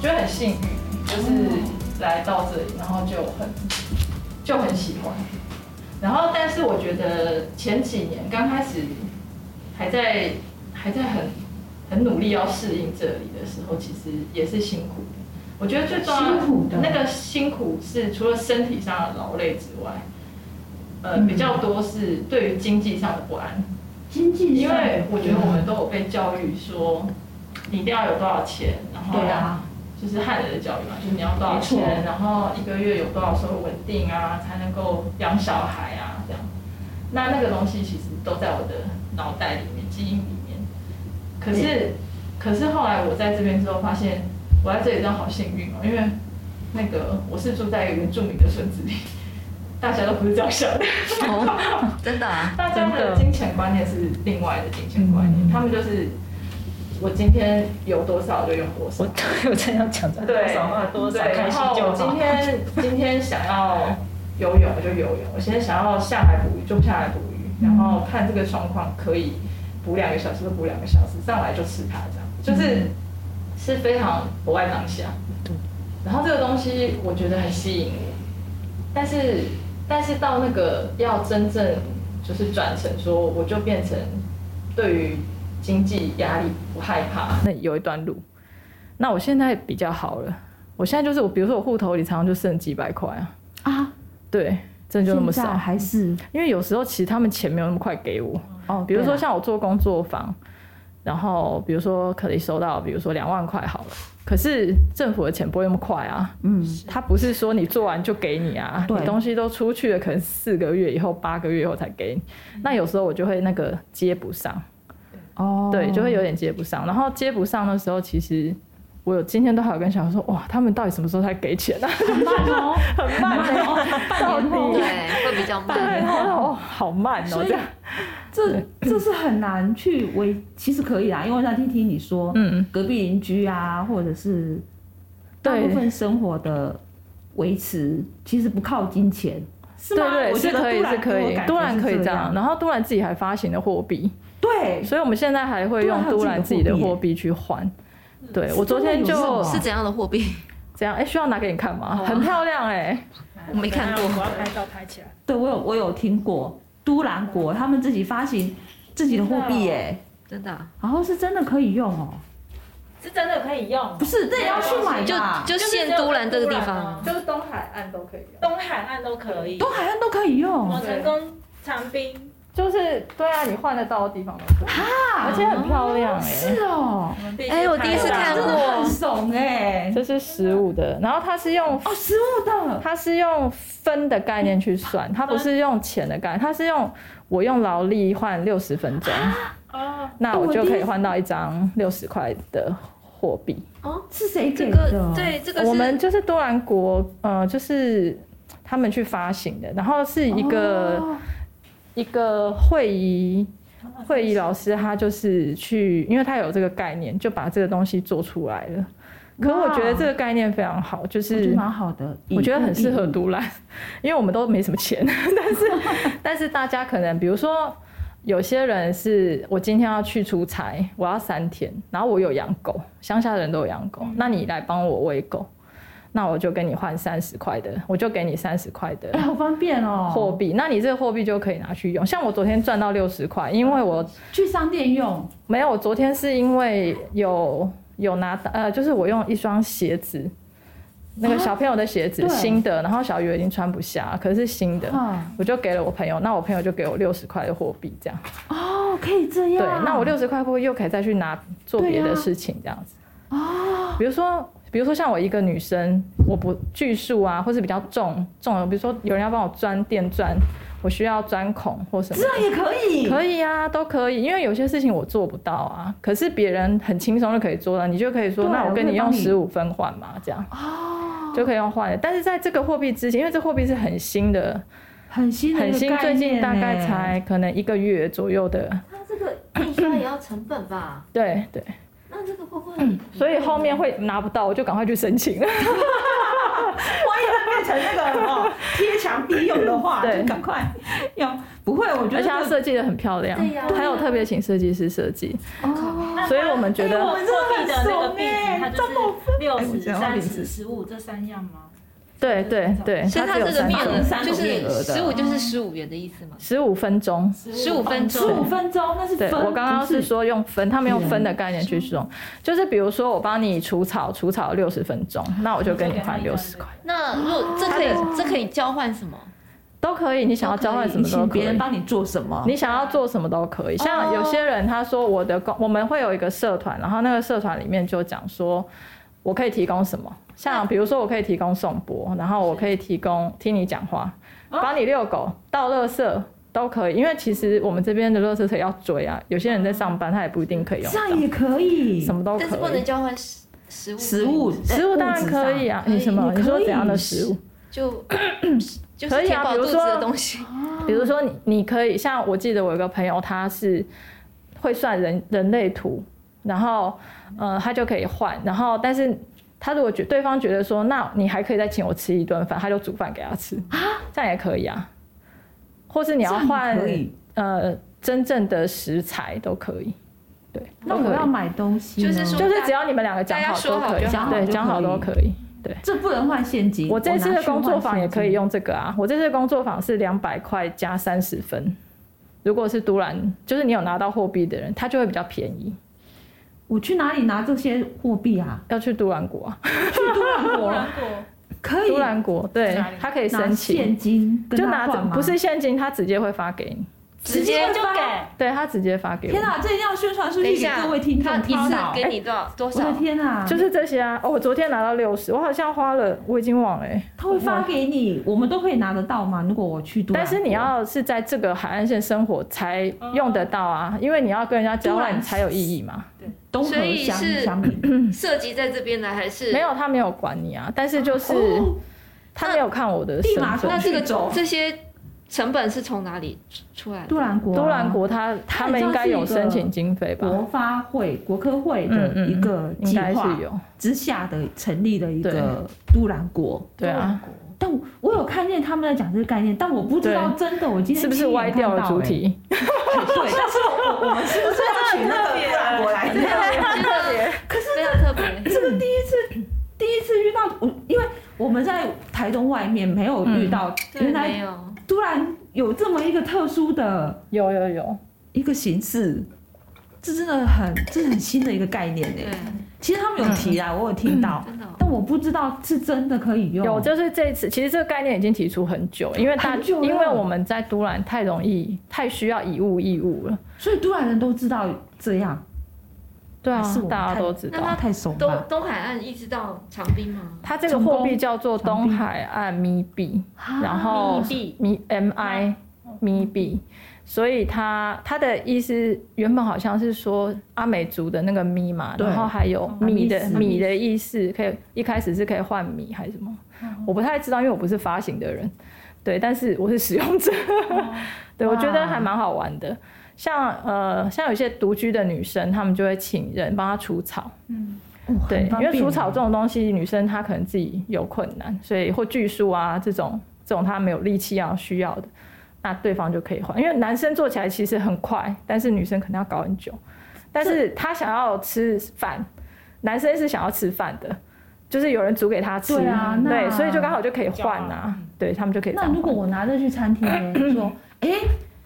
觉得很幸运，就是来到这里，然后就很就很喜欢。然后，但是我觉得前几年刚开始还在还在很很努力要适应这里的时候，其实也是辛苦的。我觉得最重辛苦的要那个辛苦是除了身体上的劳累之外，呃，嗯比较多是对于经济上的不安。经济因上为我觉得我们都有被教育说，你一定要有多少钱，然后对啊，就是汉人的教育嘛，就是你要多少没钱，然后一个月有多少收入稳定啊，才能够养小孩啊，这样。那那个东西其实都在我的脑袋里面、基因里面。可是，可是后来我在这边之后发现，我在这里真的好幸运哦，因为那个我是住在原住民的村子里，大家都不是这样想的。 哦，真的啊，大家真的的金钱观念是另外的金钱观念，嗯他们就是我今天有多少就用多我少，都有这样讲的，多对，少话多少，对开然心后就我好今。天今天想要游泳我就游泳，我现在想要下海捕鱼就下海捕鱼，然后看这个状况可以捕两个小时就捕两个小时，上来就吃它这样，就是是非常活在当下。嗯对然后这个东西我觉得很吸引我，但是但是到那个要真正就是转成说，我就变成对于经济压力不害怕，那有一段路。那我现在比较好了，我现在就是我，比如说我户头里常常就剩几百块啊，啊，对，真的就那么现在少，还是因为有时候其实他们钱没有那么快给我，哦，比如说对啦像我做工作坊，然后比如说可以收到，比如说两万块好了，可是政府的钱不会那么快啊，嗯，他不是说你做完就给你啊，对你东西都出去了，可能四个月以后、八个月以后才给你。嗯那有时候我就会那个接不上，哦，对，就会有点接不上。然后接不上的时候，其实我有今天都还有跟小孩说，哇，他们到底什么时候才给钱啊？很慢哦， 很慢哦，到半年后底对，会比较慢。对，然后我说哦， 好慢哦，所以这样，这这是很难去维，其实可以啦，因为我那天听你说，嗯，隔壁邻居啊，或者是大对部分生活的维持，其实不靠金钱，是对吗？对，我觉是得可以，杜兰是可以给我，感觉杜都兰然可以是这这样。样，然后都然自己还发行了货币，对，所以我们现在还会用都都啊兰还有兰自自己己的的货币货币去换。对是我昨真的天有就用啊是怎样的货币？这样，哎、需要拿给你看吗？好啊很漂亮哎、我没看过我要拍照拍起来。对我有我有听过，都兰国他们自己发行自己的货币耶，真的啊、然后是真的可以用哦，是真的可以用不，是，这也要去买啊吧？就就就是限都兰这个地只有都兰方啊，就是东海岸都可以用，东海岸都可以，东海岸都可以用我成功长滨，就是对啊，你换得到的地方都可以，啊而且很漂亮哎、是哦，哎我第一次看真过的很怂哎，这是实物的，然后它是用哦，食物的，它是用分的概念去算，它不是用钱的概念，它是用我用劳力换六十分钟，哦，那我就可以换到一张六十块的货币。哦，是谁这给个的？，对，这个是我们就是多兰国，呃，就是他们去发行的，然后是一个。哦一个会议会议老师，他就是去，因为他有这个概念，就把这个东西做出来了。可我觉得这个概念非常好，就我觉得是蛮好的，我觉得很适合以独揽，因为我们都没什么钱， 但是但是大家可能比如说。有些人是我今天要去出差，我要三天，然后我有养狗，乡下的人都有养狗，那你来帮我喂狗，那我就跟你换三十块的，我就给你三十块的哎，好方便哦，货币，那你这个货币就可以拿去用。像我昨天赚到六十块，因为我去商店用，没有，我昨天是因为有有拿到呃，就是我用一双鞋子，那个小朋友的鞋子、对新的，然后小鱼已经穿不下，可是新的。啊，我就给了我朋友，那我朋友就给我六十块的货币，这样。哦，可以这对样，，那我六十块货币又可以再去拿做对别的啊事情，这样子。哦。比如说，比如说像我一个女生，我不锯树啊，或是比较重重的，比如说有人要帮我钻电钻，我需要钻孔或什么的。这样也可以，可以啊，都可以，因为有些事情我做不到啊，可是别人很轻松就可以做到，你就可以说，对啊那我跟你我用可以帮你十五分换嘛，这样哦，就可以用换的。但是在这个货币之前，因为这货币是很新的，很新的一很个新，概最念欸近大概呢才可能一个月左右的，它这个印刷也要成本吧？对对，那这个会不会？所以后面会拿不到，我就赶快去申请。变成那 个哦贴墙壁用的话，对就赶快用。不会，我觉而得且它设计的很漂亮对呀，还有特别请设计师设计，哦所以我们觉得货币的那个币值，它就是欸六哎我十、这样我三领十、子十五这三样吗？对对对，所以它它这个面有额三就种面额是十的，五，就是十五元的意思嘛。十五分钟。 15分钟十五分钟那是对分。我刚刚不是说用分，他们用分的概念去用，就是比如说我帮你除草，除草六十分钟，那我就跟你换六十块，那如哦果这可以，这可以交换什么？都可以，你想要交换什么都请可别人以。帮你做什么？你想要做什么都可以，像有些人他说我的工，我们会有一个社团，然后那个社团里面就讲说，我可以提供什么，像比如说我可以提供送播，然后我可以提供听你讲话，帮你遛狗、倒垃圾都可以，因为其实我们这边的垃圾车要追啊，有些人在上班他也不一定可以用这到，样也可以什。么都可但以。是不能交换食食物。食物，呃食物当然可以啊，你什么？你你说可以怎样的食物？就就可是以填啊饱比肚如子说的东西。比如说你，你可以像我记得我有一个朋友，他是会算人人类图，然后呃，他就可以换，然后但是他如果觉对方觉得说，那你还可以再请我吃一顿饭，他就煮饭给他吃这样也可以啊。或是你要这样也换可以。呃真正的食材都可以，对，那都可我以要买东西呢，就是说就是只要你们两个讲大家好说都好可以就好，对，讲讲好好就可以都可以。这不能换现金。我这次拿的去工作换坊也现可以金。用这个啊，我这次的工作坊是两百块加三十分。如果是都兰，就是你有拿到货币的人，他就会比较便宜。我去哪里拿这些货币 啊？要去都兰国啊，去多兰不国然果可以都兰国对哪里，他可以拿申请，现金跟就他拿着换吗？不是现金，他直接会发给你，直接就给，对他直接发给我天。哪，这一定要宣传出等去一给下，各位听众他一听次到。给你多少多我的少？天哪，就是这些啊，哦，我昨天拿到六十，我好像花了，我已经忘了、欸。他会发给你，我们都可以拿得到吗？如果我去多兰但国，是你要是在这个海岸线生活才用得到啊，因为你要跟人家交都换兰才有意义嘛。东所河以乡是乡 民涉及在这边的还是没？有，他没有管你啊，但是就是、哦他没有看我的身立马份。那这个去走这些成本是从哪里出出来的？都兰国啊，都兰国他他们应该有申请经费吧？国发会、国科会嗯的嗯一个应计该划是有，之下的成立的一个都兰国。对啊，但我有看见他们在讲这个概念，但我不知道真的，我今天是不是亲眼歪掉了看到主？题？哎对，但是我我我们是不是要请那个都兰国来？非常特别，可是非常特别。第一次遇到我，因为我们在台东外面没有遇到，嗯对，原没来有，都兰有这么一个特殊的有有有，一个形式，这真的很这是很新的一个概念对哎。，其实他们有提啊，我有听到，真的哦。但我不知道是真的可以用。嗯有就是这一次，其实这个概念已经提出很久，因为大很久了因为我们在都兰太容易太需要以物易物了，所以都兰人都知道这样，对啊还是我，们大家太都知道那。他太怂东了。东海岸一直到长滨吗？它这个货币叫做东海岸米币，然后密闭米 M I 米币，所以它它的意思原本好像是说阿美族的那个米嘛，对然后哦还有米的阿米斯米的意思，可以一开始是可以换米还是什么，我不太知道，因为我不是发行的人，对，但是我是使用者，哦 对我觉得哇还蛮好玩的。像呃，像有些独居的女生，她们就会请人帮她除草，嗯哦对很，方因为便除草这种东西，女生她可能自己有困难，所以或锯树啊这种这种她没有力气要需要的，那对方就可以换。因为男生做起来其实很快，但是女生可能要搞很久。但是他想要吃饭，男生是想要吃饭的，就是有人煮给他吃，对啊那对所以就刚好就可以换交啊，对他们就可以这样那换。如果我拿着去餐厅呢，说，哎，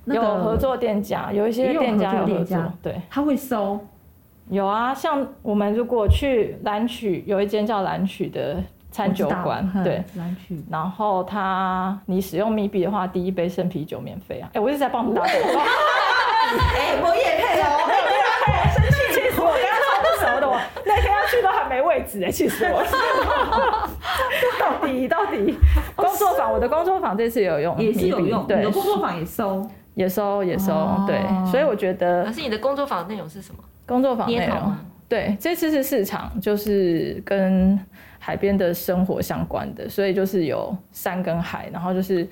那个有合，作店家，有一也些有店合家作有合店作家，对。他会收，有啊，像我们如果去蓝曲，有一间叫蓝曲的餐酒馆我知，道对。，嗯蓝曲。然后它，你使用密币的话，第一杯生啤酒免费啊！哎，我一直在帮我们打 广告，哎，我也配哦，气死我！刚刚超不熟的我，那天要去都还没位置哎，气死 我了！到底到底，工作坊我的工作坊这次也有用， 也是有密币用，你对的，工作坊也收，也收也收哦，对，所以我觉得可是你的工作坊内容是什么？工作坊内捏陶容吗？对，这次是市场，就是跟海边的生活相关的，所以就是有山跟海，然后就是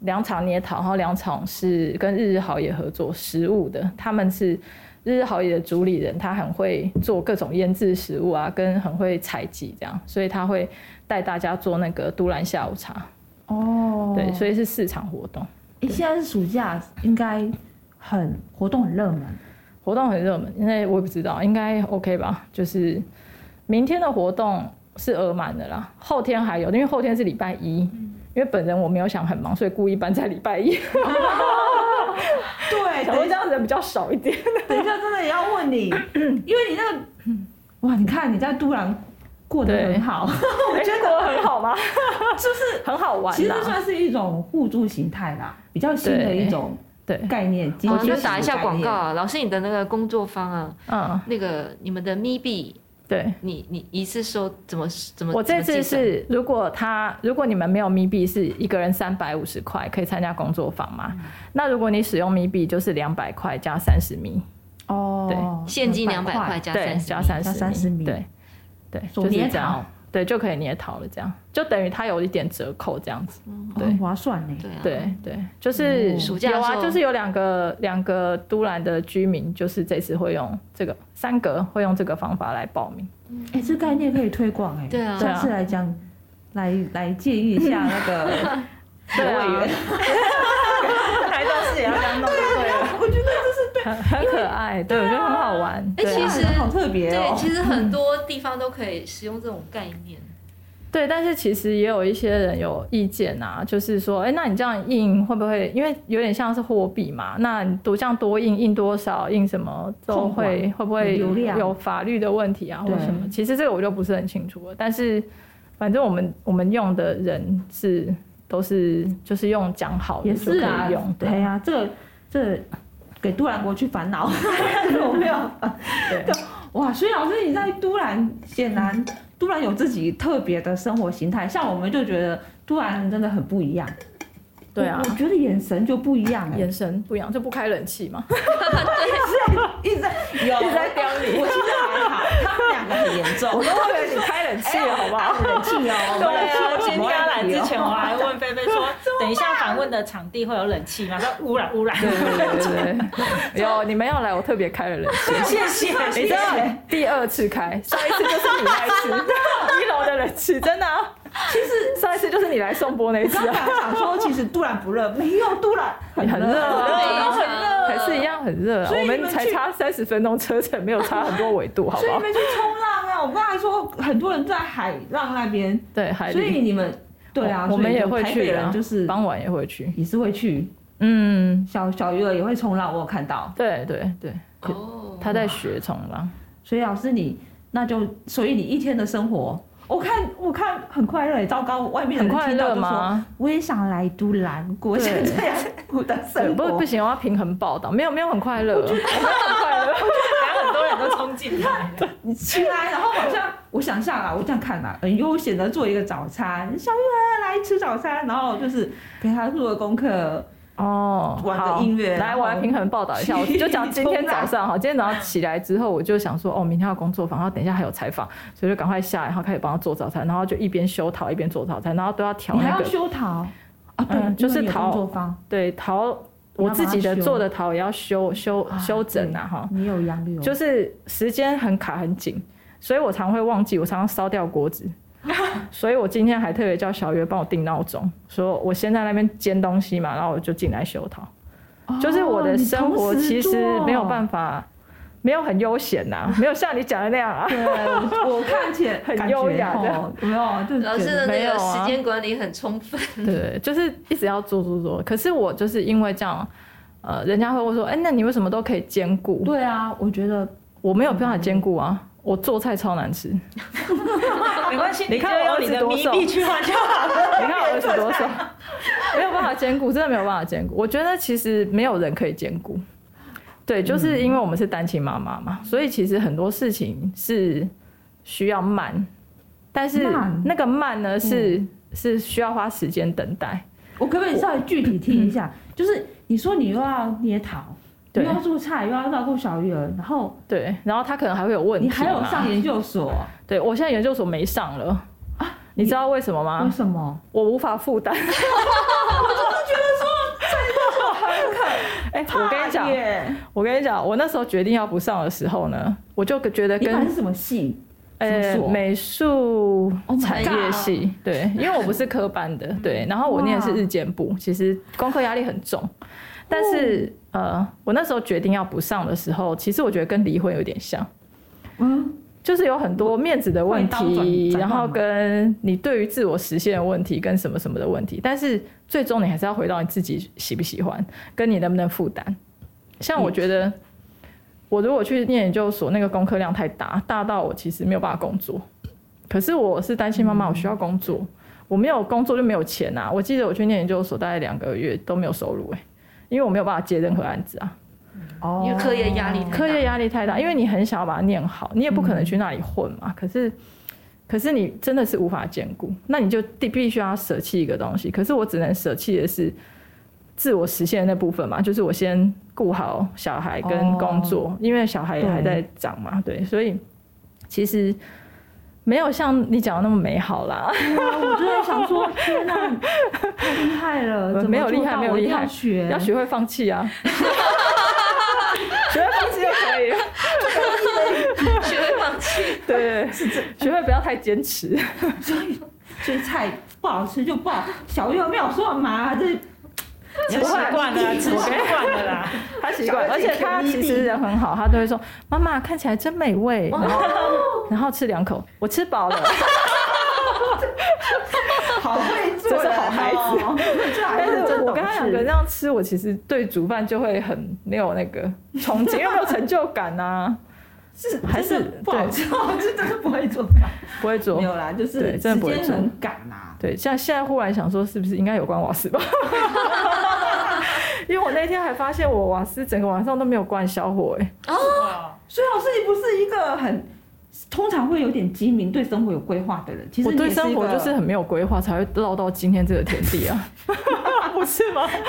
两场捏陶，然后两场是跟日日好野合作食物的，他们是日日好野的主理人，他很会做各种腌制食物啊，跟很会采集这样，所以他会带大家做那个都兰下午茶，哦对，所以是市场活动，以现在是暑假，应该很活动很热门，活动很热门，因为我也不知道，应该 OK 吧，就是。明天的活动是额满的啦，后天还有，因为后天是礼拜一，因为本人我没有想很忙，所以故意搬在礼拜一， 对，想等说一这下，样人比较少一点。等一下，真的也要问 你，因为你那个，哇，你看你在都兰过得对很 好，我觉得很好吗？就是很好玩其实啦。算是一种互助形态啦，比较新的对哦一种对，概念。经好，济那型打一的下概广念告啊，老师，你的那个工作方啊，嗯，那个你们的咪币，对。你你一次收怎么怎么？我这怎么次计算是，如果他如果你们没有咪币，是一个人三百五十块可以参加工作坊嘛？那如果你使用咪币，就是两百块加三十米，哦，现金两百块，加对，三十，加三加十30米对对，手就是捏这样陶，对，就可以捏陶了，这样就等于它有一点折扣这样子。对，对哦划算呢。对啊，对对，就是、哦嗯暑假的有时啊，候就是有两个两个都兰的居民，就是这次会用这个三个会用这个方法来报名。哎，这概念可以推广哎。对啊下次来讲，来来建议一下那个 对啊委员，台中市也要这样弄就对啊了。很很可爱，对我觉得很好玩。哎对啊其实好特别对，哦。其实很多地方都可以使用这种概念。对，但是其实也有一些人有意见啊，就是说，哎，那你这样印会不会，因为有点像是货币嘛，那你多这样多印，印多少，印什么都控管会会不会流量有法律的问题啊，或对什么？其实这个我就不是很清楚了，但是反正我们我们用的人是都是就是用讲好的也就是可啊以用，，对呀，这这给都兰国去烦恼， 有没有？对哇，所以老师你在都兰显然都兰有自己特别的生活形态，像我们就觉得都兰人真的很不一样。对啊我，我觉得眼神就不一样哎、眼神不一样，就不开冷气 嘛，一直在有一直在刁你我其实还好，他们两个很严重。我都会你开冷气好不好？冷气哦，我对们冷气啊，有什今天么要来问题之哦前，我还问菲菲 说，等一下访问的场地会有冷气吗？她说污染污 染，对对对， 有你们要来，我特别开了冷气。谢谢你知道第二次开，上一次就是你那一次，一楼的冷气真的、啊。其实上一次就是你来送波那一我次、刚啊，刚想说，其实杜兰不热，没有杜兰很很热啊，非常还是一样很热、啊。所以我你们们才去差三十分钟车程，没有差很多纬度，好不所以你好？们去冲浪啊！我刚才说很多人在海浪那边，对，海所以里。你们对啊，我们所以也就会台北去啊人就是傍晚也会去。也是会去，嗯，小小鱼儿也会冲浪，我有看到。对对对， 哦，他在学冲浪。所以老师你那就，所以你一天的生活，我看我看很快乐耶，欸糟糕，外面的很人快听到乐就说吗？我也想来都兰过现在 我的对，生不活不。行，我要平衡报道。没有没有很快乐， 我没有很快乐。然后很多人都冲进来了。你起来，然后好像我想象啊，我这样看啊，很悠闲的做一个早餐，小鱼儿来吃早餐，然后就是陪他做个功课，哦，玩个好音乐然来，后我来平衡报道一下。我就 讲今天早上哈，今天早上起来之后，我就想说，哦，明天要工作坊，然后等一下还有采访，所以就赶快下来，然后开始帮他做早餐，然后就一边修陶一边做早餐，然后都要调你还那要个修陶啊？对，嗯就是哦因为有陶工作坊，对陶，你要我把它自己的修做的陶也要修修修整啊哈，你有杨柳，就是时间很卡很紧，所以我常会忘记，我常常烧掉锅 子。所以我今天还特别叫小月帮我定闹钟，说我先在那边煎东西嘛，然后我就进来修陶。哦就是我的生活其实没有办法。法，没有很悠闲 呐、没有像你讲的那样啊。对，我我看起来 很感觉优雅的哦，没有，就是老觉师的得没那有个啊时间管理很充分，对，就是一直要做做做。可是我就是因为这样，呃，人家会问说，哎、那你为什么都可以兼顾？对啊，我觉得我没有办法兼顾啊，我做菜超难吃。你没关系，你你就看我用儿你子的多咪瘦币去换就好了。 看我儿子多瘦，没有办法兼顾，真的没有办法兼顾。我觉得其实没有人可以兼顾。嗯对，就是因为我们是单亲妈妈嘛，所以其实很多事情是需要慢，但是慢嗯那个慢呢是、是需要花时间等待。我可不可以稍微具体听一下？就是你说你又要捏陶，又嗯对要做菜，又要照顾小鱼儿，然后对，然后他可能还会有问题你嘛。还有上研究所，对我现在研究所没上了啊你知道为什么为吗？什么？我无法负担。 哎、我跟你讲，耶我跟你讲，我那时候决定要不上的时候呢，我就觉得你本来跟是什么系？呃什么所美术 Oh my 产业 系对，因为我不是科班的，对，然后我念的是嗯哇日间部，其实功课压力很重，但是、哦呃，我那时候决定要不上的时候，其实我觉得跟离婚有点像。嗯，就是有很多面子的问会刀转题，斩然后乱麻跟你对于自我实现的问题，跟什么什么的问题，但是最终你还是要回到你自己喜不喜欢，跟你能不能负担。像我觉得，我如果去念研究所，那个功课量太大，大到我其实没有办法工作。可是我是单亲妈妈，我需要工作，我没有工作就没有钱呐、我记得我去念研究所大概两个月都没有收入、欸，因为我没有办法接任何案子啊。哦因为课业压力太大课业压力太大，因为你很想要把它念好，你也不可能去那里混嘛。可是，可是你真的是无法兼顾，那你就必必须要舍弃一个东西。可是我只能舍弃的是自我实现的那部分嘛，就是我先顾好小孩跟工作，因为小孩也还在长嘛，对，所以其实没有像你讲的那么美好啦。我就在想说，天哪，太厉害了！怎么嗯没有厉做害到没有我一厉定要害学，要学会放弃啊。学会放弃就可以了，学会放弃，对，学会不要太坚持。所以菜不好吃就不好。小月没有说嘛，这吃习惯了，吃习惯了啦。 他习惯，而且他其实人很好，他都会说：“妈妈看起来真美 味。”然后，然后吃两口，我吃饱了。好会做这是人好孩哦， 这孩但子是 真我懂跟他两个事这样吃，我其实对煮饭就会很没有那个憧 憬，又没有成就感呐、是还真的是不好对吃， 这真的不会做饭。不会没做。有啦，就是对真的不会时间做很赶啊。对，像现在忽然想说，是不是应该有关瓦 斯吧？因为我那天还发现，我瓦斯整个晚上都没有关小火、哎，哦，所以老师，你不是一个很通常会有点机敏、对生活有规划的人。其实我你对也是一生活个就是很没有规划，才会落到今天这个田地 啊， 不是吗？很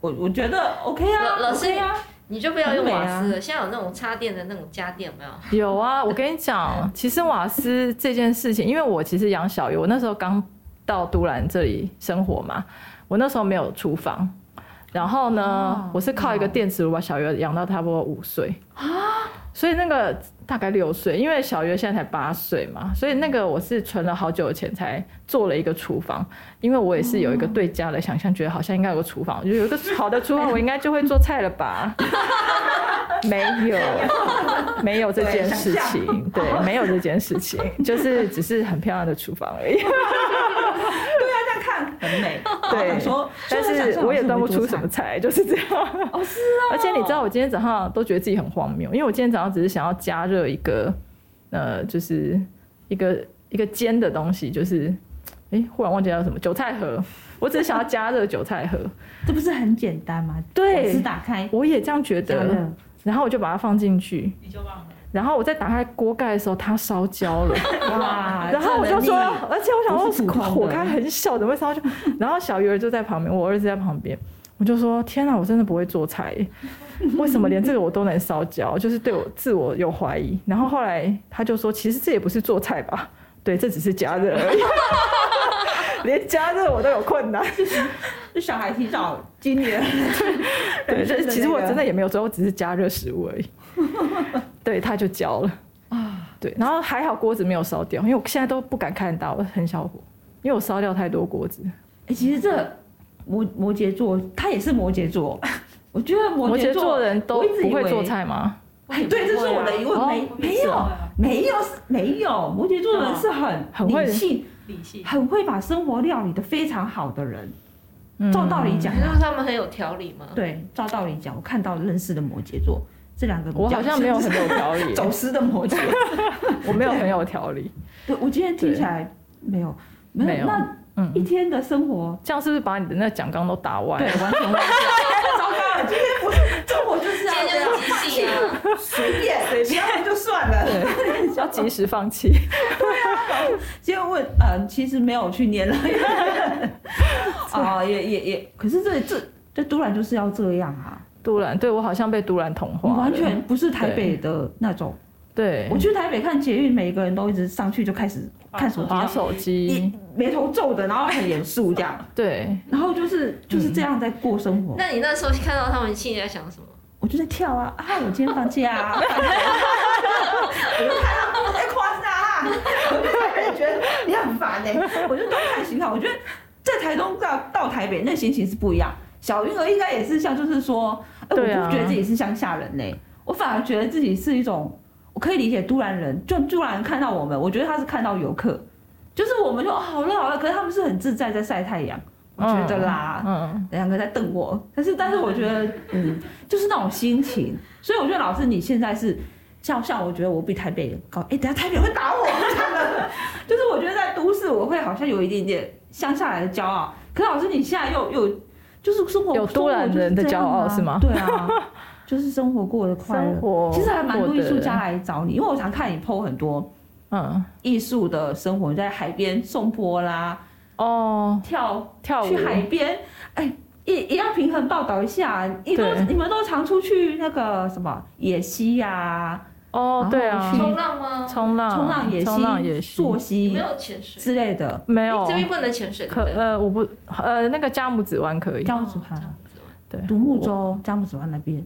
我我觉得 OK 啊，老老师 OK 啊，你就不要用很美瓦啊斯了。现在有那种插电的那种家电，有没有？有啊，我跟你讲，其实瓦斯这件事情，因为我其实养小鱼，我那时候刚到都兰这里生活嘛，我那时候没有厨房，然后呢，我是靠一个电磁炉把小鱼养到差不多五岁啊， 所以那个大概六岁，因为小鱼现在才八岁嘛，所以那个我是存了好久的钱才做了一个厨房，因为我也是有一个对家的想象，觉得好像应该有个厨房，就有一个好的厨房，我应该就会做菜了吧。 没有，没有这件事情，对，没有这件事情，就是只是很漂亮的厨房而已。啊这样看很美。对 我想说，但说想是说我也老师端不会做出什么菜。菜， 就是这样。哦，是啊，而且你知道，我今天早上都觉得自己很荒谬，因为我今天早上只是想要加热一个，呃，就是一个一个煎的东西，就是，哎，忽然忘记叫什么，韭菜盒。我只是想要加热韭菜盒，这不是很简单吗？对瓦斯打开，我也这样觉加得。热，然后我就把它放进去，你就忘了。然后我在打开锅盖的时候，它烧焦了。哇然后我就说，而且我不是想普说通的火开很小，怎么会烧焦？然后小鱼儿就在旁边，我儿子在旁边，我就说天啊，我真的不会做菜 耶，为什么连这个我都能烧焦？就是对我自我有怀疑。然后后来他就说，其实这也不是做菜吧，对，这只是加热 而已。连加热我都有困难，这小孩提早 今年，对，人生这那其实我个真的也没有做，我只是加热食物而 已。对，它就焦了啊。对，然后还好锅子没有烧掉，因为我现在都不敢开很大，我很小火，因为我烧掉太多锅子。哎，其实这摩摩羯座，他也是摩羯座。我觉得摩摩羯羯座人都我一直不以会为做。菜吗？哎，对，这是我的疑哦问，啊没没有哦没有是没有，摩羯座人是很很会理性，理性。很会把生活料理的非常好的人。照道嗯理讲你，说他们很有条理吗？对，照道理讲，我看到认识的摩羯座这两个比较，，我好像没有很有条理 走私的 摩羯。我没有很有条理。对，我今天听起来没有没没有有，那嗯一，天的生活，这样是不是把你的那讲纲都打歪对了？，完全忘记了。糟糕了，今天不是生活就是今要 天就是即兴啊，随便随便就算了。对，要及时放弃。结果问，嗯、其实没有去念了，哦，也也也，可是这这这突然就是要这样啊，杜兰，对我好像被杜兰同你化了，完全不是台北的那种。对我去台北看捷运，每一个人都一直上去就开始看手机，滑手一机，眉头皱的，然后很严肃这样，对，然后就是就是这样在过生活。那你那时候看到他们心里在想什么？我就在跳啊啊！我今天放假啊！ 我就看到我在夸张啊！我就突然觉得你很烦哎、我就东看西看，我觉得在台东到到台北那心情是不一样。小云儿应该也是像，就是说，哎、我对啊欸不觉得自己是乡下人呢、我反而觉得自己是一种我可以理解都兰人，就都兰人看到我们，我觉得他是看到游客，就是我们就、哦、好热好热，可是他们是很自在在晒太阳，我觉得啦，嗯，两个在瞪我，但是但是我觉得，嗯，就是那种心情，所以我觉得老师你现在是像像我觉得我比台北人高，哎、等下台北会打我，就是我觉得在都市我会好像有一点点乡下来的骄傲，可是老师你现在又又就是生活有都兰人的骄傲是吗生活就是这样啊对啊，就是生活过得快生乐。活其实还蛮多过艺得术家，来找你，因为我常看你 PO 很多嗯，艺术的生活，在海边送波啦，哦，跳跳舞去海边，哎，也也要平衡报道一下。你对们你们都常出去那个什么野溪呀、哦，对啊，然后冲浪吗？冲浪，嗯冲浪野溪、冲浪也是溯你溪没有潜水，之类的，没有你这边不能潜水，可对不对呃，我不呃，那个加姆子湾可以，叫什么这？样子玩对，独木舟、佳木斯湾那边，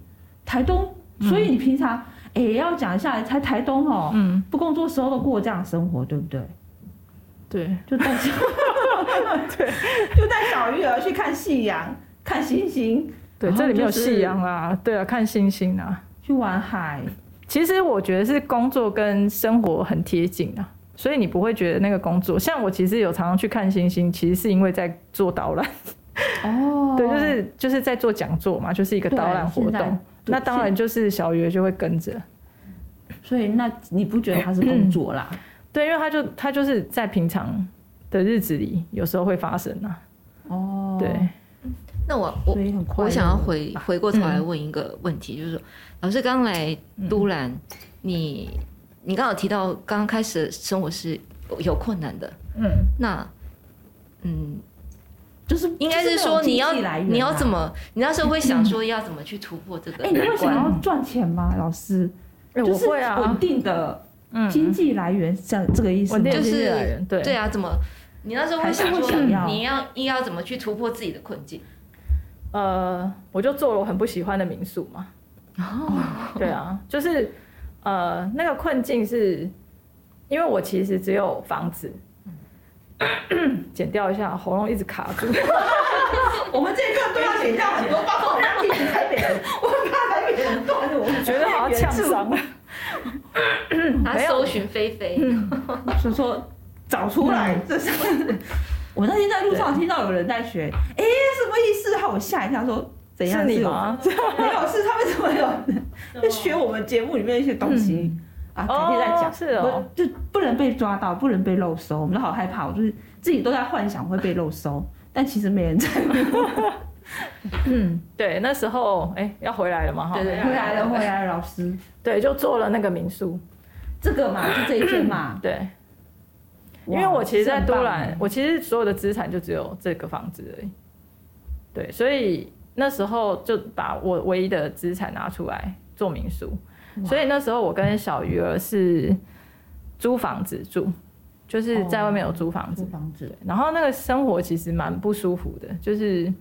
台东。所以你平常哎、也要讲一下，才台东哦我，，嗯，不工作时候都过这样的生活，对不对？对，就带 小，对，就带小鱼儿去看夕阳、看星星，对，然后这里没有就是夕阳啦，对啊，看星星啊。去玩海。其实我觉得是工作跟生活很贴近啊，所以你不会觉得那个工作，像我其实有常常去看星星，其实是因为在做导览，哦对，就是就是在做讲座嘛，就是一个对导览活现在动。那当然就是小鱼儿就会跟着，所以那你不觉得它是工作啦？对，因为他就他就是在平常的日子里，有时候会发生啊，哦，对，，那我我所以很快乐。嗯我想要回回过头来问一个问题，就是说，老师刚来都兰，你你刚好提到刚刚开始生活是有困难的，嗯，那嗯，就是应该是说你要就是没有经济来源啊你要怎？ 么，你那时候会想说要怎么去突破这个哎，你有难想关？要赚钱吗，老师？哎就我是会稳啊，定的嗯，经济来源，像这个意思稳吗定？就的是经济来源，对对啊，怎么？你那时候还会是想会说想要你要硬要怎么去突破自己的困境？呃，我就做了我很不喜欢的民宿嘛。哦，对啊，就是呃，那个困境是，因为我其实只有房子，剪掉一下，喉咙一直卡 住。我们这一段都要剪掉很多，包括我们自己台北人，我们怕台北人断我们觉得好像呛伤。 嗯他没有啊搜寻菲菲，所以说找出来，嗯这是。 我那天在路上听到有人在学，哎，什么意思？害我吓一跳，说怎样是你有吗？ 没有，是他们怎么有在学我们节目里面一些东西、啊？改天再讲。嗯哦是哦不，就不能被抓到，不能被漏收，我们都好害怕。我就是自己都在幻想会被 漏收，但其实没人在乎。嗯对，那时候哎、要回来了嘛哈。对对回来啊了，回来了，老师，对，就做了那个民宿。这个嘛，就这一件嘛。对，因哇为我其实，在都，这很兰，棒我其实所有的资产就只有这个房子而已。对，所以那时候就把我唯一的资产拿出来做民宿，所以那时候我跟小鱼儿是租房子住，就是在外面有租房子租，房子，然后那个生活其实蛮不舒服的，就是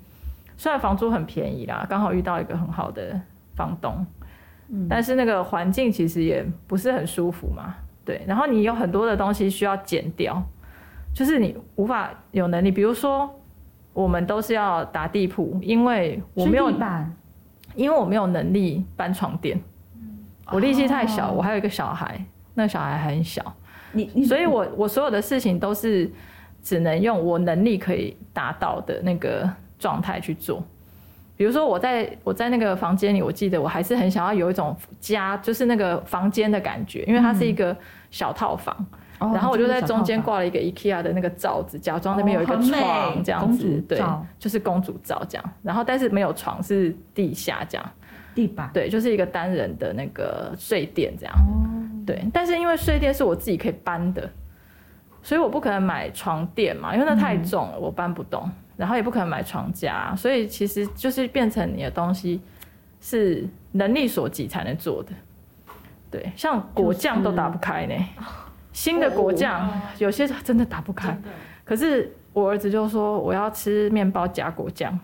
虽然房租很便宜啦，刚好遇到一个很好的房东，嗯但是那个环境其实也不是很舒服嘛，对。然后你有很多的东西需要减掉，就是你无法有能力，比如说我们都是要打地铺，因为我没有睡地板，因为我没有能力搬床垫，嗯我力气太哦小，我还有一个小孩，那个小孩还很小。你你所以我我所有的事情都是只能用我能力可以达到的那个状态去做。比如说我在我在那个房间里，我记得我还是很想要有一种家，就是那个房间的感觉，因为它是一个小套房，嗯哦然后我就在中间你这个小套房挂了一个 IKEA 的那个罩子，假装那边有一哦个很美床这样公子主，对罩，就是公主罩这样。然后但是没有床，是地下这样，地板，对，就是一个单人的那个睡垫这样。哦，对，但是因为睡垫是我自己可以搬的，所以我不可能买床垫嘛，因为那太重了，我搬不动。然后也不可能买床架，啊所以其实就是变成你的东西是能力所及才能做的。对，像果酱都打不开呢，新的果酱、有些真的打不开。哦真的可是我儿子就说我要吃面包夹果酱，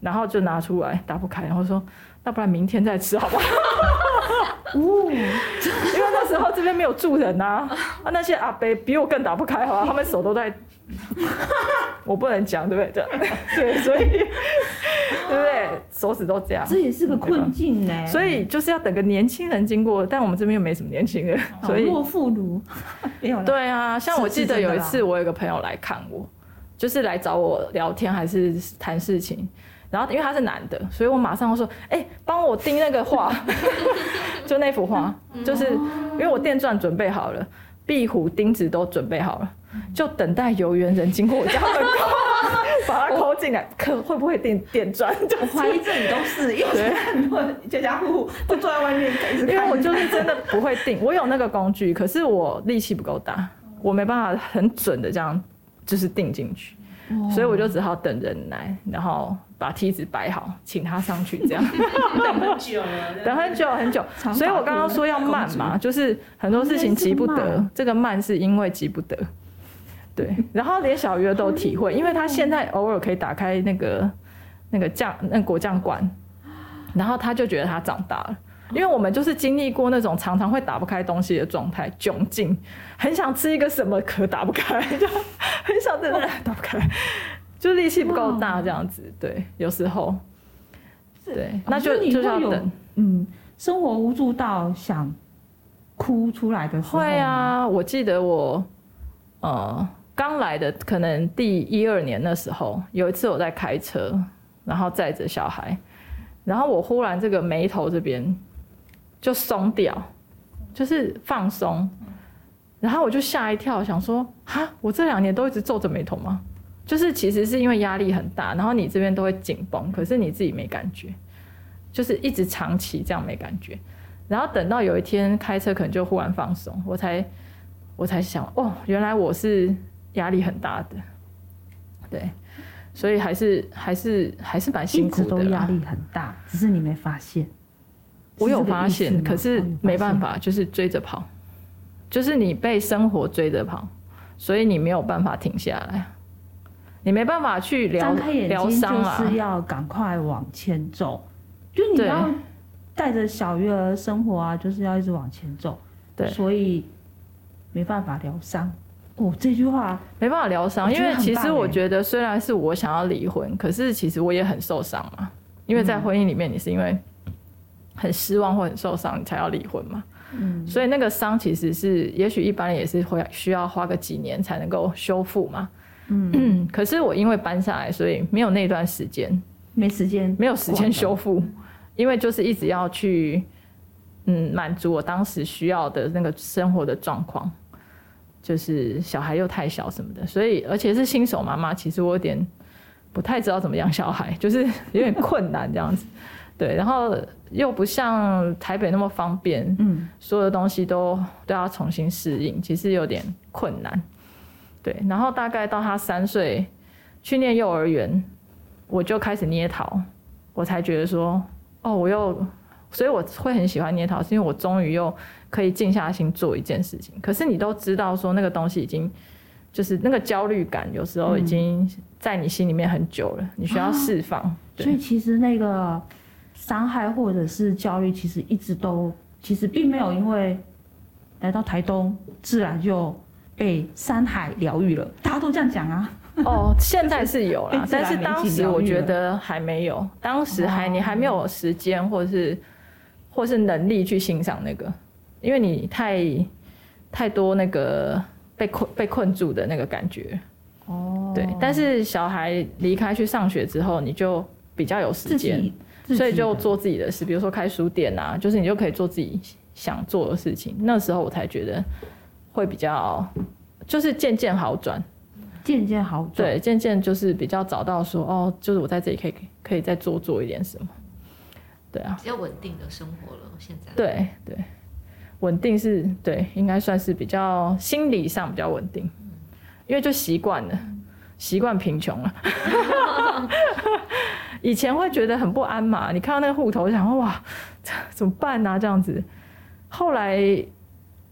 然后就拿出来打不开，然后说那不然明天再吃好不好？因为那时候这边没有住人啊，啊那些阿伯比我更打不开好吧，他们手都在，我不能讲对不对？对，所以对不对？手指都这样，这也是个困境呢、所以就是要等个年轻人经过，但我们这边又没什么年轻人，哦所以弱 妇孺没有啦，对啊，像我是是记得真的有一啦次，我有个朋友来看我，就是来找我聊天还是谈事情，然后因为他是男的，所以我马上说：“哎、帮我订那个 画，就那幅画，嗯就是因为我电钻准备好了，壁虎、钉子都准备好了，就等待有缘人经过我家门 口，把它抠进来，可会不会电电钻？”就我怀疑这里都是，因为很多人家家户户都坐在外面一直因看，为我就是真的不会定，我有那个工具，可是我力气不够大，我没办法很准的这样就是定进去，所以我就只好等人来，然后把梯子摆好，请他上去，这样等很久了，等很久很久。长发所以我刚刚说要慢嘛，就是很多事情急不原来是得慢，这个慢是因为急不得。对，然后连小月都体会，因为她现在偶尔可以打开那个那个酱那果酱罐，然后她就觉得她长大了。因为我们就是经历过那种常常会打不开东西的状态，窘境，很想吃一个什么可打不开， 就很想真的打不开，就力气不够大这样子。对，有时候，对，那就哦所以你就是要会有等。嗯，生活无助到想哭出来的时候，会，啊，我记得我呃刚来的可能第一二年那时候，有一次我在开车，然后载着小孩，然后我忽然这个眉头这边就松掉，就是放松，然后我就吓一跳，想说哈，啊我这两年都一直皱着眉头吗？就是其实是因为压力很大，然后你这边都会紧绷，可是你自己没感觉，就是一直长期这样没感觉。然后等到有一天开车，可能就忽然放松，我才我才想，哦，原来我是压力很大的，对，所以还是还是还是蛮一辛苦直的都啦压力很大，只是你没发现。我有发这现，个意思吗哦可是没办，法，就是追着跑，就是你被生活追着跑，所以你没有办法停下来，你没办法去哦疗有发现张开眼疗睛伤就啊是。要赶快往前走，就你对要带着小月儿生活啊，就是要一直往前走。对所以没办法疗伤。哦，这句话没办法疗伤，我觉因得为很其实棒我欸觉得，虽然是我想要离婚，可是其实我也很受伤嘛。因为在婚姻里面，你是因为很失望或很受伤，你才要离婚嘛。嗯，所以那个伤其实是，也许一般人也是会需要花个几年才能够修复嘛。嗯， 可是我因为搬下来，所以没有那段时间，没时间，没有时间修复，因为就是一直要去，嗯，满足我当时需要的那个生活的状况，就是小孩又太小什么的，所以而且是新手妈妈，其实我有点不太知道怎么养小孩，就是有点困难这样子。对，然后又不像台北那么方便，嗯，所有的东西都都要重新适应，其实有点困难。对，然后大概到他三岁去念幼儿园，我就开始捏陶，我才觉得说，哦，我又，所以我会很喜欢捏陶，是因为我终于又可以静下心做一件事情。可是你都知道说那个东西已经，就是那个焦虑感，有时嗯候已经在你心里面很久了，你需要释放。对啊所以其实那个伤害或者是焦虑，其实一直都其实并没有因为来到台东自然就被山海疗愈了，大家都这样讲啊。哦，现在是有啦 被，自但然是媒当体时疗我愈觉了哦得还没有，当时还你还没有时间或是或是能力去欣赏那个，因为你太太多那个被困被困住的那个感觉。哦对，但是小孩离开去上学之后，你就比较有时自间，己，自己所以就的做自己的事，比如说开书店啊，就是你就可以做自己想做的事情。那时候我才觉得会比较，就是渐渐好转。渐渐好转。对，渐渐就是比较找到说，哦，就是我在这里可以可以再多做一点什么。对啊，比较稳定的生活了。现在，对对，稳定是对，应该算是比较心理上比较稳定，因为就习惯了，习惯贫穷了。 以前会觉得很不安嘛，你看到那个户头想哇，这怎么办啊？这样子，后来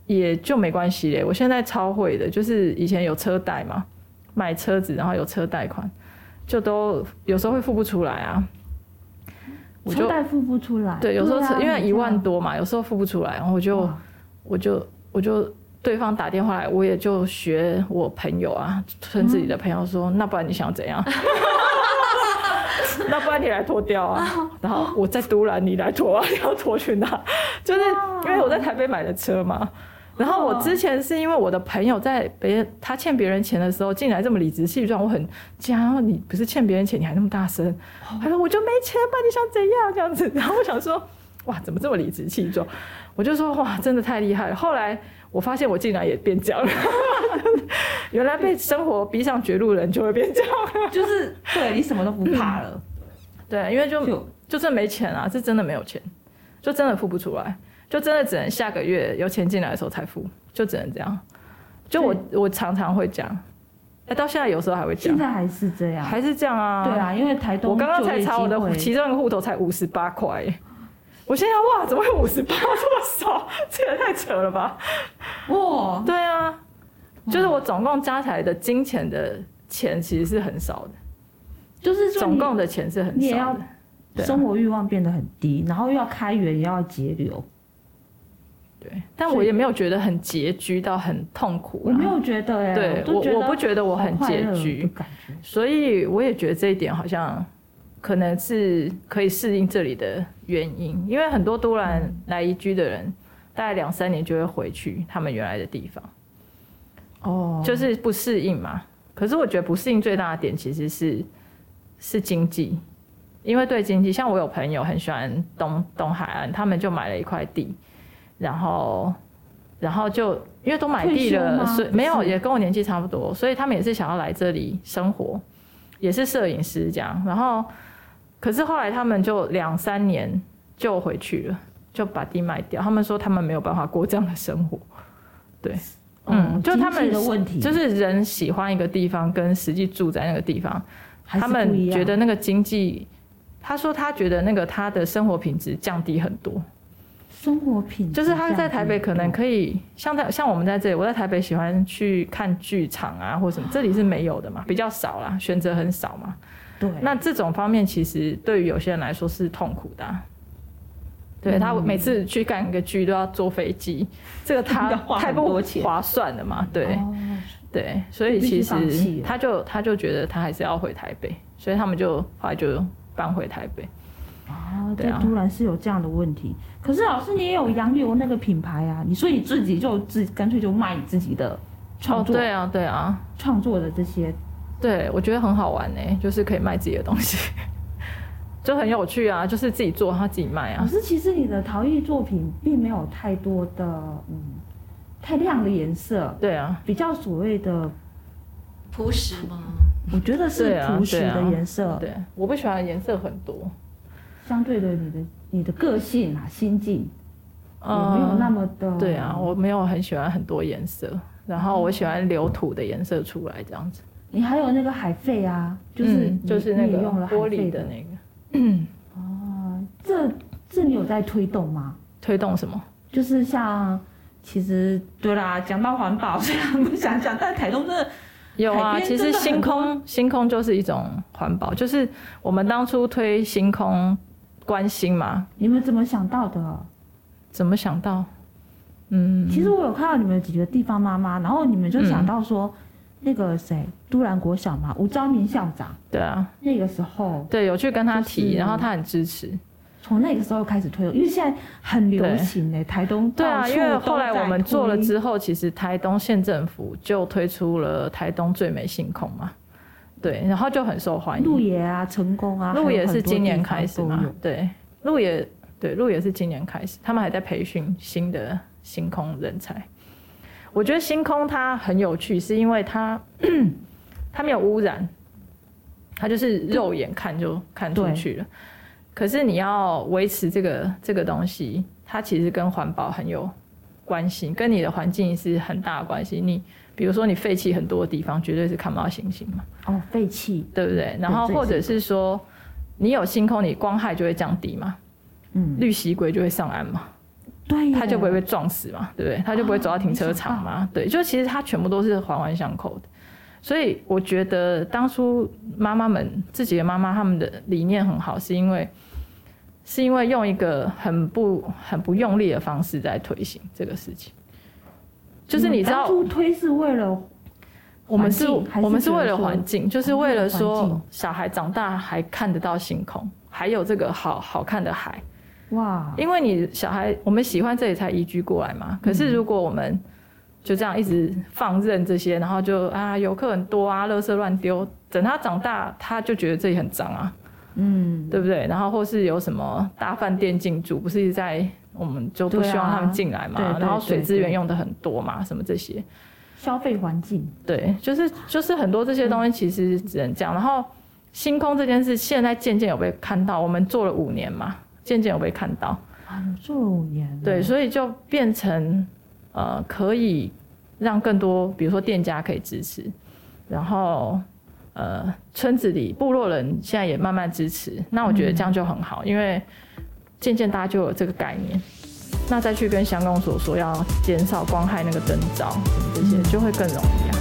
也就没关系嘞。我现在超会的，就是以前有车贷嘛，买车子然后有车贷款，就都有时候会付不出来啊。我就车贷付不出来，对，有时候、啊因为你一这万样多嘛，有时候付不出来，然后我就哇我就我就对方打电话来，我也就学嗯我朋友啊，村子里的朋友说，那不然你想怎样？ 那不然你来脱掉哦啊。 然后我在都兰，你来脱 啊，你要脱去哪？就是因为我在台北买的车哦嘛。然后我之前是因为我的朋友在别人他欠别人钱的时候，进来这么理直气壮，我很惊讶，然后你不是欠别人钱，你还那么大声，他说我就没钱吧，你想怎样这样子？ 然后我想说，哇，怎么这么理直气壮？我就说哇，真的太厉害了。后来我发现我竟然也变这样了， 原来被生活逼上绝路的人就会变这 样。就是对你什么都不怕了，嗯对，因为就就就真的没钱啊，是真的没有钱，就真的付不出来，就真的只能下个月有钱进来的时候才付，就只能这样。就我我常常会这样，哎，到现在有时候还会这现样，在还是这样。还是这样啊。对，啊，因为台东我刚刚才就业查我机的会其中一个户头才五十八块耶，我现在哇，怎么会五十八 这么少？这也太扯了吧！哇，对啊，就是我总共加起来的金钱的钱其实是很少的，就是说总你共的钱是很你也少要的。对啊生活欲望变得很低，然后又要开源，也要节流。对，但我也没有觉得很拮据到很痛苦我啦。没有觉得哎、啊对我都觉得我我不觉得我很好快乐拮据的感觉所以我也觉得这一点好像可能是可以适应这里的原因，因为很多都兰来移居的人，大概两三年就会回去他们原来的地方，哦，就是不适应嘛。可是我觉得不适应最大的点其实是是经济，因为对经济，像我有朋友很喜欢东东海岸，他们就买了一块地，然后然后就因为都买地退休吗了，所以没不有是也跟我年纪差不多，所以他们也是想要来这里生活，也是摄影师这样。然后可是后来他们就两三年就回去了，就把地卖掉。他们说他们没有办法过这样的生活。对，哦嗯，就他经们济的问题就是人喜欢一个地方跟实际住在那个地方，还是他不一们样觉得那个经济，他说他觉得那个他的生活品质降低很多，生活品质就是他在降低台北可能可以像在像我们在这里，我在台北喜欢去看剧场啊或什么，这里是没有的嘛，比较少啦，选择很少嘛。对，那这种方面其实对于有些人来说是痛苦的啊、对嗯他每次去看一个剧都要坐飞机，这个他 要花太很不多钱划算了嘛，对、哦对，所以必其须放弃实了他就他就觉得他还是要回台北，所以他们就后来就搬回台北。啊，对这啊突然是有这样的问题。可是老师，你也有洋流那个品牌啊，你说你自己就自干脆就卖你自己的创哦，作、对啊，对啊，创作的这些，对，我觉得很好玩呢、就是可以卖自己的东西， 就很有趣啊，就是自己做，他自己卖老啊。师其实你的陶艺作品并没有太多的嗯太亮的颜色，对啊，比较所谓的，朴实吗？我觉得对是啊朴实对的啊颜色，对，我不喜欢颜色很多，相对的你的你的个性啊心境也没有嗯那么的、对啊，我没有很喜欢很多颜色，然后我喜欢留土的颜色出来这样子，你还有那个海费啊，就是、嗯你就是那你个也用了海玻璃费的那个哦，这这你有在推动吗？推动什么？就是像，其实对啦，讲到环保， 虽然不想讲，但台东真的有海啊，边其真实的很星空星空就是一种环保，就是我们当初推星空关心嘛，你们怎么想到的？怎么想到？嗯，其实我有看到你们几个地方妈妈，然后你们就想到说，那个谁，都兰国小嘛，吴昭明校长，对啊，那个时候对，有去跟他就提，是然后他很支持。从那个时候开始推动，因为现在很流行哎、台东对到啊，处因为都后来在我们做了推之后，其实台东县政府就推出了台东最美星空嘛，对，然后就很受欢迎。鹿野啊、成功啊，路还有也很是多今年地方开始都嘛有？对，路也对，路也是今年开始，他们还在培训新的星空人才。我觉得星空它很有趣，是因为它 它没有污染，它就是肉眼看就看出对去了。可是你要维持这个这个东西，它其实跟环保很有关系，跟你的环境是很大的关系。你比如说你废弃很多地方，绝对是看不到星星嘛。哦，废弃，对不对？然后嗯这也是或者是说，你有星空，你光害就会降低嘛，嗯，绿习龟就会上岸嘛，对耶，啊它就不会被撞死嘛，对不对？它就不会走到停车场嘛，对，就其实它全部都是环环相扣的。所以我觉得当初妈妈们自己的妈妈，她们的理念很好，是因为是因为用一个很不很不用力的方式在推行这个事情，就是你知道当初推是为了我们是环境还是我们是觉得为了说哦环境，就是为了环境说小孩长大还看得到星空，还有这个好好看的海。哇，因为你小孩，我们喜欢这里才移居过来嗯嘛。可是如果我们就这样一直放任这些，然后就啊游客很多啊，垃圾乱丢，等他长大，他就觉得这里很脏啊，嗯，对不对？然后或是有什么大饭店进驻，不是一直在我们就不对啊希望他们进来嘛？对对然后水资源对用的很多嘛，什么这些。消费环境，对，就是就是很多这些东西其实只能这样。然后星空这件事，现在渐渐有被看到，我们做了五年嘛，渐渐有被看到。啊，你做了五年了，对，所以就变成呃，可以让更多，比如说店家可以支持，然后呃，村子里部落人现在也慢慢支持。那我觉得这样就很好，因为渐渐大家就有这个概念。那再去跟乡公所说要减少光害那个征兆什么这些，就会更容易啊。